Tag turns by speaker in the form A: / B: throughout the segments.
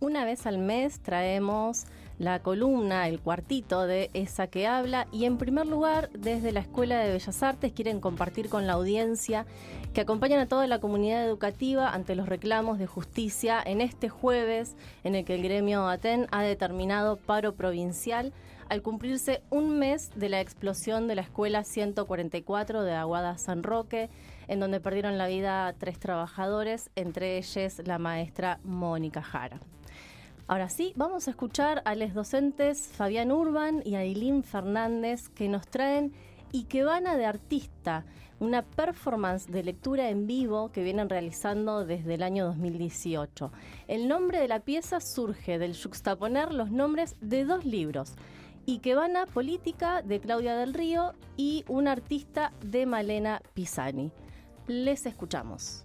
A: Una vez al mes traemos la columna, el cuartito de esa que habla y en primer lugar desde la Escuela de Bellas Artes quieren compartir con la audiencia que acompañan a toda la comunidad educativa ante los reclamos de justicia en este jueves en el que el gremio ATEN ha determinado paro provincial al cumplirse un mes de la explosión de la escuela 144 de Aguada San Roque, en donde perdieron la vida tres trabajadores, entre ellas la maestra Mónica Jara. Ahora sí, vamos a escuchar a los docentes Fabián Urban y Ailín Fernández que nos traen y que van a de artista, una performance de lectura en vivo que vienen realizando desde el año 2018. El nombre de la pieza surge del juxtaponer los nombres de dos libros, y que van a Política de Claudia del Río y un artista de Malena Pisani. Les escuchamos.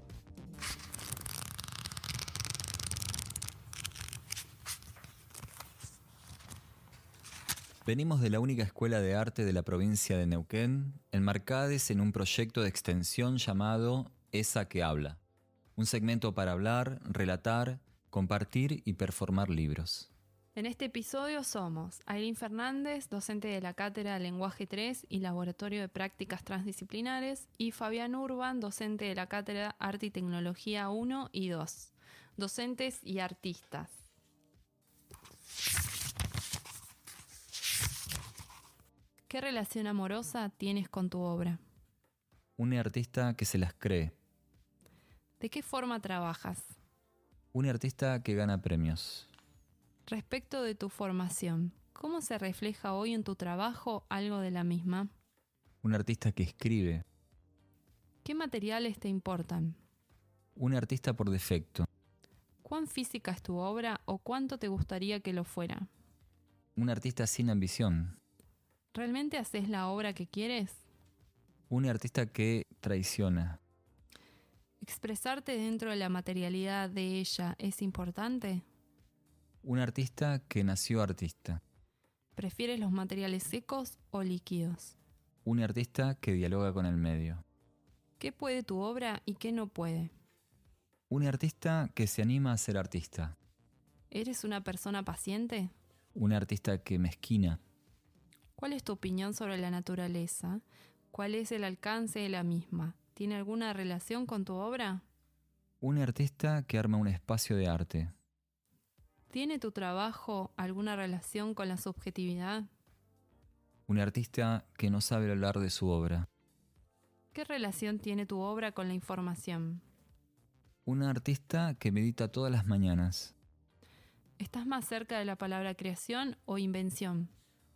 B: Venimos de la única escuela de arte de la provincia de Neuquén, enmarcades en un proyecto de extensión llamado Esa que habla, un segmento para hablar, relatar, compartir y performar libros.
C: En este episodio somos Aileen Fernández, docente de la Cátedra Lenguaje 3 y Laboratorio de Prácticas Transdisciplinares, y Fabián Urban, docente de la Cátedra Arte y Tecnología 1 y 2, docentes y artistas. ¿Qué relación amorosa tienes con tu obra?
B: Un artista que se las cree.
C: ¿De qué forma trabajas?
B: Un artista que gana premios.
C: Respecto de tu formación, ¿cómo se refleja hoy en tu trabajo algo de la misma?
B: Un artista que escribe.
C: ¿Qué materiales te importan?
B: Un artista por defecto.
C: ¿Cuán física es tu obra o cuánto te gustaría que lo fuera?
B: Un artista sin ambición.
C: ¿Realmente haces la obra que quieres?
B: Un artista que traiciona.
C: ¿Expresarte dentro de la materialidad de ella es importante?
B: Un artista que nació artista.
C: ¿Prefieres los materiales secos o líquidos?
B: Un artista que dialoga con el medio.
C: ¿Qué puede tu obra y qué no puede?
B: Un artista que se anima a ser artista.
C: ¿Eres una persona paciente?
B: Un artista que mezquina.
C: ¿Cuál es tu opinión sobre la naturaleza? ¿Cuál es el alcance de la misma? ¿Tiene alguna relación con tu obra?
B: Un artista que arma un espacio de arte.
C: ¿Tiene tu trabajo alguna relación con la subjetividad?
B: Un artista que no sabe hablar de su obra.
C: ¿Qué relación tiene tu obra con la información?
B: Un artista que medita todas las mañanas.
C: ¿Estás más cerca de la palabra creación o invención?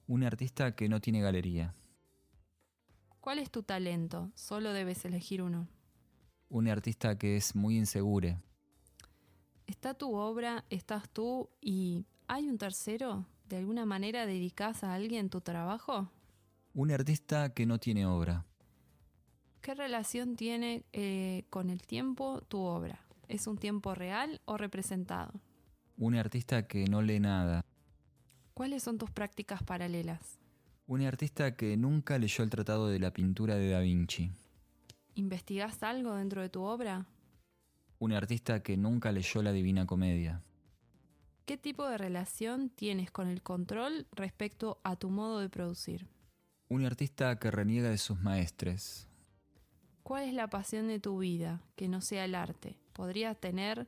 B: Un artista que no tiene galería.
C: ¿Cuál es tu talento? Solo debes elegir uno.
B: Un artista que es muy insegura.
C: ¿Está tu obra? ¿Estás tú? ¿Y hay un tercero? ¿De alguna manera dedicas a alguien tu trabajo?
B: Un artista que no tiene obra.
C: ¿Qué relación tiene eh, con el tiempo tu obra? ¿Es un tiempo real o representado?
B: Un artista que no lee nada.
C: ¿Cuáles son tus prácticas paralelas?
B: Un artista que nunca leyó el tratado de la pintura de Da Vinci.
C: ¿Investigas algo dentro de tu obra?
B: un artista que nunca leyó la Divina Comedia.
C: ¿Qué tipo de relación tienes con el control respecto a tu modo de producir?
B: Un artista que reniega de sus maestres.
C: ¿Cuál es la pasión de tu vida que no sea el arte? ¿Podría tener,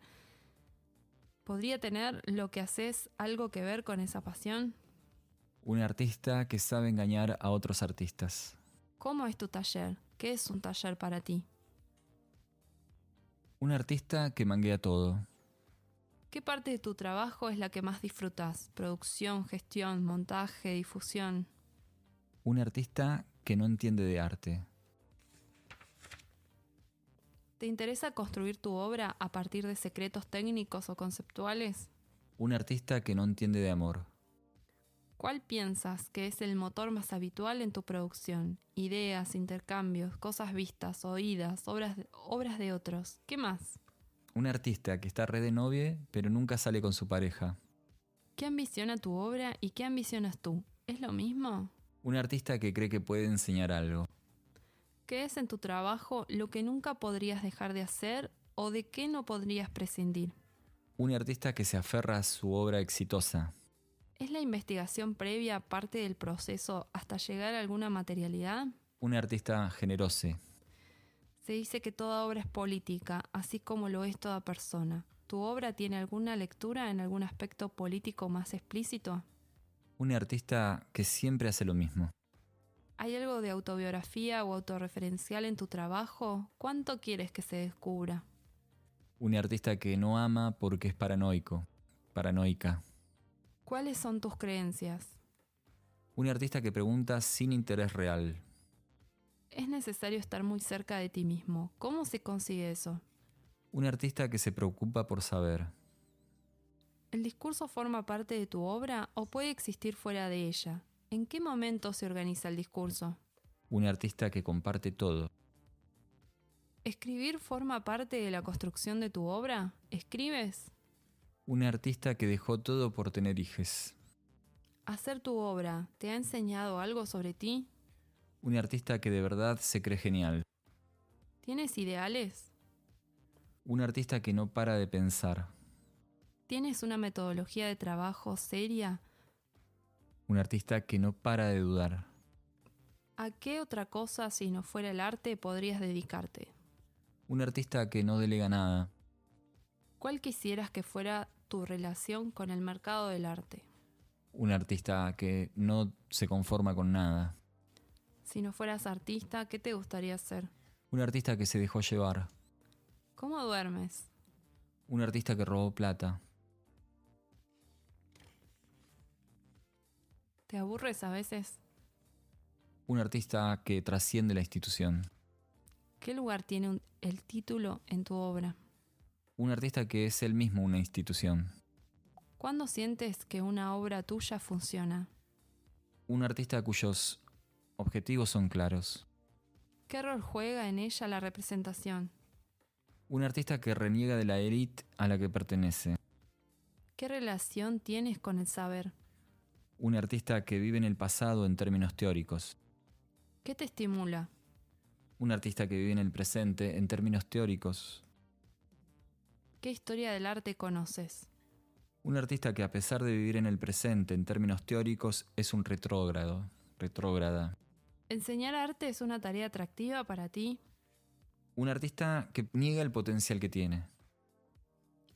C: podría tener lo que haces algo que ver con esa pasión?
B: Un artista que sabe engañar a otros artistas.
C: ¿Cómo es tu taller? ¿Qué es un taller para ti?
B: Un artista que manguea todo.
C: ¿Qué parte de tu trabajo es la que más disfrutas? Producción, gestión, montaje, difusión.
B: Un artista que no entiende de arte.
C: ¿Te interesa construir tu obra a partir de secretos técnicos o conceptuales?
B: Un artista que no entiende de amor.
C: ¿Cuál piensas que es el motor más habitual en tu producción? Ideas, intercambios, cosas vistas, oídas, obras de, obras de otros. ¿Qué más?
B: Un artista que está re de novia, pero nunca sale con su pareja.
C: ¿Qué ambiciona tu obra y qué ambicionas tú? ¿Es lo mismo?
B: Un artista que cree que puede enseñar algo.
C: ¿Qué es en tu trabajo lo que nunca podrías dejar de hacer o de qué no podrías prescindir?
B: un artista que se aferra a su obra exitosa.
C: ¿Es la investigación previa parte del proceso hasta llegar a alguna materialidad?
B: Un artista generose.
C: Se dice que toda obra es política, así como lo es toda persona. ¿Tu obra tiene alguna lectura en algún aspecto político más explícito?
B: Un artista que siempre hace lo mismo.
C: ¿Hay algo de autobiografía o autorreferencial en tu trabajo? ¿Cuánto quieres que se descubra?
B: Un artista que no ama porque es paranoico, paranoica.
C: ¿Cuáles son tus creencias?
B: Un artista que pregunta sin interés real.
C: Es necesario estar muy cerca de ti mismo. ¿Cómo se consigue eso?
B: Un artista que se preocupa por saber.
C: ¿El discurso forma parte de tu obra o puede existir fuera de ella? ¿En qué momento se organiza el discurso?
B: Un artista que comparte todo.
C: ¿Escribir forma parte de la construcción de tu obra? ¿Escribes?
B: Un artista que dejó todo por tener hijes.
C: ¿Hacer tu obra te ha enseñado algo sobre ti?
B: Un artista que de verdad se cree genial.
C: ¿Tienes ideales?
B: Un artista que no para de pensar.
C: ¿Tienes una metodología de trabajo seria?
B: Un artista que no para de dudar.
C: ¿A qué otra cosa si no fuera el arte podrías dedicarte?
B: Un artista que no delega nada.
C: ¿Cuál quisieras que fuera tu relación con el mercado del arte?
B: Un artista que no se conforma con nada.
C: Si no fueras artista, ¿qué te gustaría ser?
B: Un artista que se dejó llevar.
C: ¿Cómo duermes?
B: Un artista que robó plata.
C: ¿Te aburres a veces?
B: Un artista que trasciende la institución.
C: ¿Qué lugar tiene un- el título en tu obra?
B: Un artista que es él mismo una institución.
C: ¿Cuándo sientes que una obra tuya funciona?
B: Un artista cuyos objetivos son claros.
C: ¿Qué rol juega en ella la representación?
B: Un artista que reniega de la élite a la que pertenece.
C: ¿Qué relación tienes con el saber?
B: Un artista que vive en el pasado en términos teóricos.
C: ¿Qué te estimula?
B: Un artista que vive en el presente en términos teóricos.
C: ¿Qué historia del arte conoces?
B: Un artista que a pesar de vivir en el presente en términos teóricos es un retrógrado. Retrógrada.
C: ¿Enseñar arte es una tarea atractiva para ti?
B: Un artista que niega el potencial que tiene.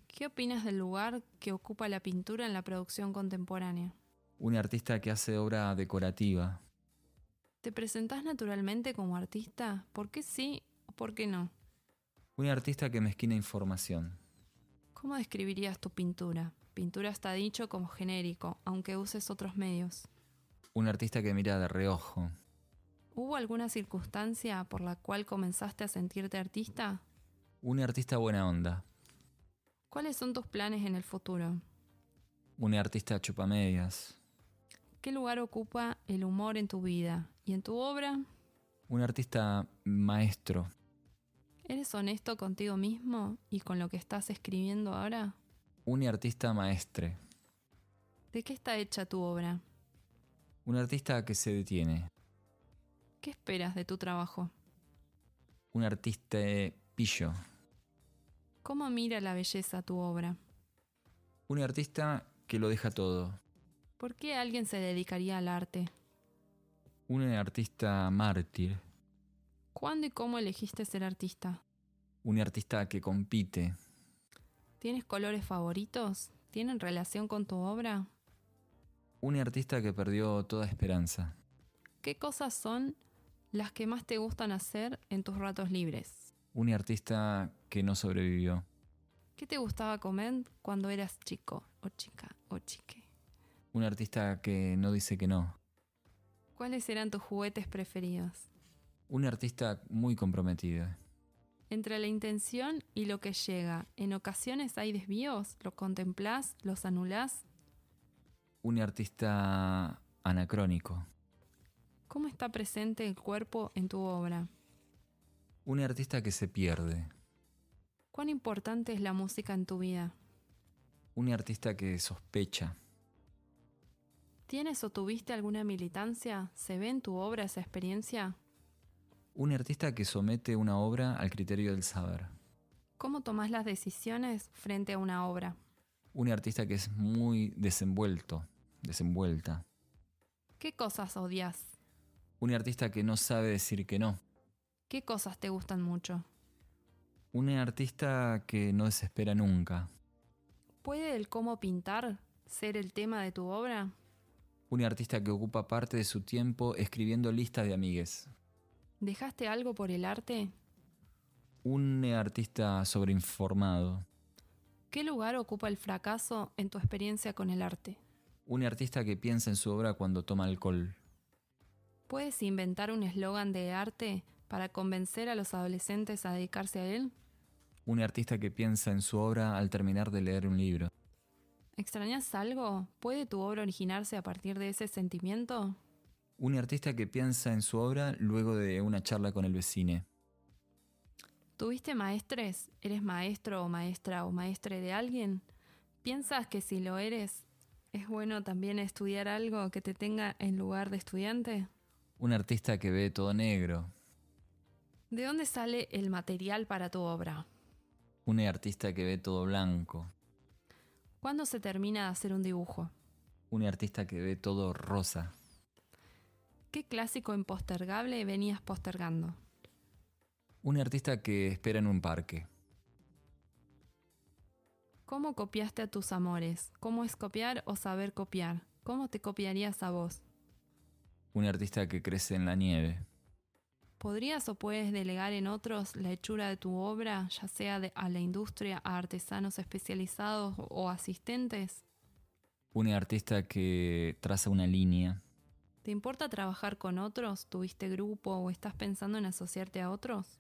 C: ¿Qué opinas del lugar que ocupa la pintura en la producción contemporánea?
B: Un artista que hace obra decorativa.
C: ¿Te presentás naturalmente como artista? ¿Por qué sí o por qué no?
B: Un artista que mezquina información.
C: ¿Cómo describirías tu pintura? Pintura está dicho como genérico, aunque uses otros medios.
B: Un artista que mira de reojo.
C: ¿Hubo alguna circunstancia por la cual comenzaste a sentirte artista?
B: Un artista buena onda.
C: ¿Cuáles son tus planes en el futuro?
B: Un artista chupamedias.
C: ¿Qué lugar ocupa el humor en tu vida? ¿Y en tu obra?
B: Un artista maestro.
C: ¿Eres honesto contigo mismo y con lo que estás escribiendo ahora?
B: Un artista maestre.
C: ¿De qué está hecha tu obra?
B: Un artista que se detiene.
C: ¿Qué esperas de tu trabajo?
B: Un artista pillo.
C: ¿Cómo mira la belleza tu obra?
B: Un artista que lo deja todo.
C: ¿Por qué alguien se dedicaría al arte?
B: Un artista mártir.
C: ¿Cuándo y cómo elegiste ser artista?
B: Un artista que compite.
C: ¿Tienes colores favoritos? ¿Tienen relación con tu obra?
B: Un artista que perdió toda esperanza.
C: ¿Qué cosas son las que más te gustan hacer en tus ratos libres?
B: Un artista que no sobrevivió.
C: ¿Qué te gustaba comer cuando eras chico o chica o chique?
B: Un artista que no dice que no.
C: ¿Cuáles eran tus juguetes preferidos?
B: Un artista muy comprometido.
C: Entre la intención y lo que llega, ¿en ocasiones hay desvíos? ¿Los contemplás? ¿Los anulás?
B: Un artista anacrónico.
C: ¿Cómo está presente el cuerpo en tu obra?
B: Un artista que se pierde.
C: ¿Cuán importante es la música en tu vida?
B: Un artista que sospecha.
C: ¿Tienes o tuviste alguna militancia? ¿Se ve en tu obra esa experiencia?
B: Un artista que somete una obra al criterio del saber.
C: ¿Cómo tomás las decisiones frente a una obra?
B: un artista que es muy desenvuelto, desenvuelta.
C: ¿Qué cosas odias?
B: Un artista que no sabe decir que no.
C: ¿Qué cosas te gustan mucho?
B: Un artista que no desespera nunca.
C: ¿Puede el cómo pintar ser el tema de tu obra?
B: Un artista que ocupa parte de su tiempo escribiendo listas de amigues.
C: ¿Dejaste algo por el arte?
B: Un artista sobreinformado.
C: ¿Qué lugar ocupa el fracaso en tu experiencia con el arte?
B: Un artista que piensa en su obra cuando toma alcohol.
C: ¿Puedes inventar un eslogan de arte para convencer a los adolescentes a dedicarse a él?
B: Un artista que piensa en su obra al terminar de leer un libro.
C: ¿Extrañas algo? ¿Puede tu obra originarse a partir de ese sentimiento?
B: Un artista que piensa en su obra luego de una charla con el vecino.
C: ¿Tuviste maestres? ¿Eres maestro o maestra o maestre de alguien? ¿Piensas que si lo eres, es bueno también estudiar algo que te tenga en lugar de estudiante?
B: Un artista que ve todo negro.
C: ¿De dónde sale el material para tu obra?
B: Un artista que ve todo blanco.
C: ¿Cuándo se termina de hacer un dibujo?
B: Un artista que ve todo rosa.
C: ¿Qué clásico impostergable venías postergando?
B: Un artista que espera en un parque.
C: ¿Cómo copiaste a tus amores? ¿Cómo es copiar o saber copiar? ¿Cómo te copiarías a vos?
B: Un artista que crece en la nieve.
C: ¿Podrías o puedes delegar en otros la hechura de tu obra, ya sea de- a la industria, a artesanos especializados o asistentes?
B: Un artista que traza una línea.
C: ¿Te importa trabajar con otros? ¿Tuviste grupo o estás pensando en asociarte a otros?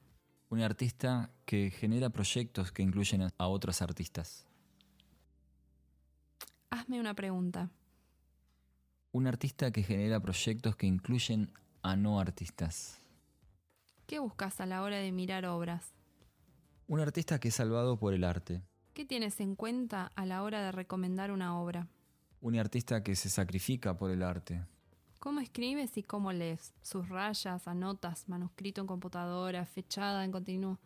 B: Un artista que genera proyectos que incluyen a- a otros artistas.
C: Hazme una pregunta.
B: Un artista que genera proyectos que incluyen a no artistas.
C: ¿Qué buscas a la hora de mirar obras?
B: Un artista que es salvado por el arte.
C: ¿Qué tienes en cuenta a la hora de recomendar una obra?
B: Un artista que se sacrifica por el arte.
C: ¿Cómo escribes y cómo lees? Sus rayas, anotas, manuscrito en computadora, fechada en continuo,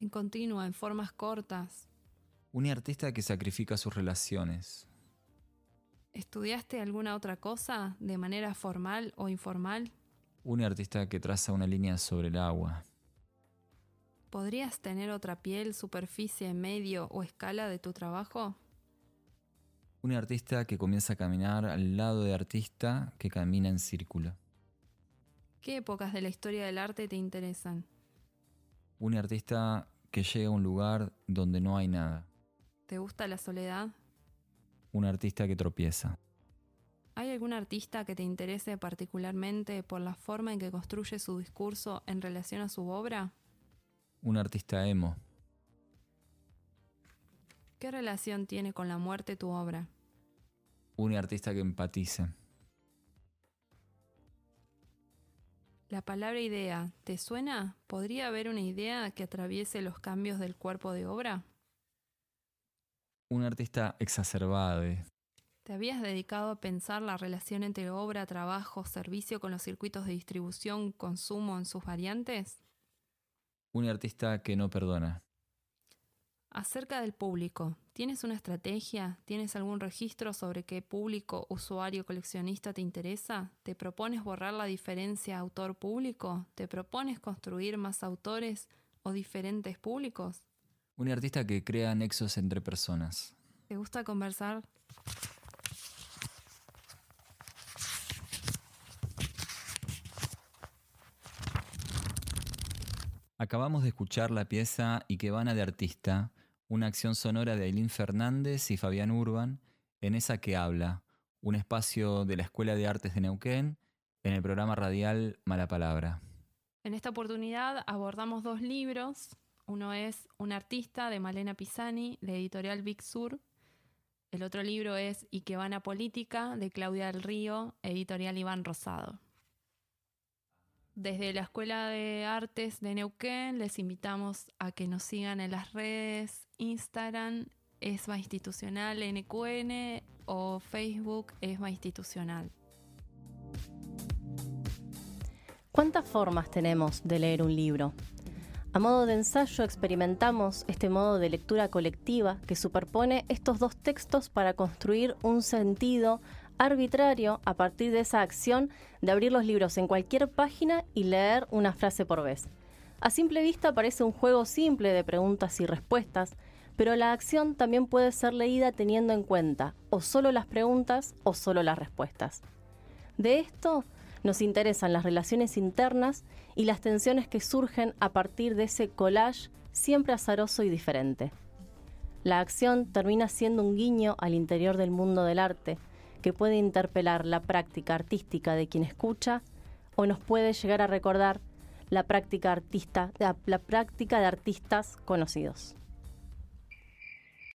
C: en continua, en formas cortas.
B: Un artista que sacrifica sus relaciones.
C: ¿Estudiaste alguna otra cosa de manera formal o informal?
B: Un artista que traza una línea sobre el agua.
C: ¿Podrías tener otra piel, superficie, medio o escala de tu trabajo?
B: Un artista que comienza a caminar al lado de artista que camina en círculo.
C: ¿Qué épocas de la historia del arte te interesan?
B: Un artista que llega a un lugar donde no hay nada.
C: ¿Te gusta la soledad?
B: Un artista que tropieza.
C: ¿Hay algún artista que te interese particularmente por la forma en que construye su discurso en relación a su obra?
B: Un artista emo.
C: ¿Qué relación tiene con la muerte tu obra?
B: Un artista que empatiza.
C: La palabra idea, ¿te suena? ¿Podría haber una idea que atraviese los cambios del cuerpo de obra?
B: Un artista exacerbado.
C: ¿Te habías dedicado a pensar la relación entre obra, trabajo, servicio con los circuitos de distribución, consumo en sus variantes?
B: Un artista que no perdona.
C: Acerca del público, ¿tienes una estrategia? ¿Tienes algún registro sobre qué público, usuario, coleccionista te interesa? ¿Te propones borrar la diferencia autor-público? ¿Te propones construir más autores o diferentes públicos?
B: Un artista que crea nexos entre personas.
C: ¿Te gusta conversar?
B: Acabamos de escuchar la pieza Y que vana de artista, una acción sonora de Ailín Fernández y Fabián Urban, en esa que habla, un espacio de la Escuela de Artes de Neuquén, en el programa radial Mala Palabra.
C: En esta oportunidad abordamos dos libros. Uno es Un artista de Malena Pisani, de editorial Big Sur. El otro libro es Ikebana Política, de Claudia del Río, editorial Iván Rosado. Desde la Escuela de Artes de Neuquén les invitamos a que nos sigan en las redes Instagram, ESMA Institucional NQN o Facebook ESMA Institucional.
A: ¿Cuántas formas tenemos de leer un libro? A modo de ensayo experimentamos este modo de lectura colectiva que superpone estos dos textos para construir un sentido arbitrario a partir de esa acción de abrir los libros en cualquier página y leer una frase por vez. A simple vista parece un juego simple de preguntas y respuestas, pero la acción también puede ser leída teniendo en cuenta o solo las preguntas o solo las respuestas. De esto nos interesan las relaciones internas y las tensiones que surgen a partir de ese collage siempre azaroso y diferente. La acción termina siendo un guiño al interior del mundo del arte, que puede interpelar la práctica artística de quien escucha o nos puede llegar a recordar la práctica artista, la, la práctica de artistas conocidos.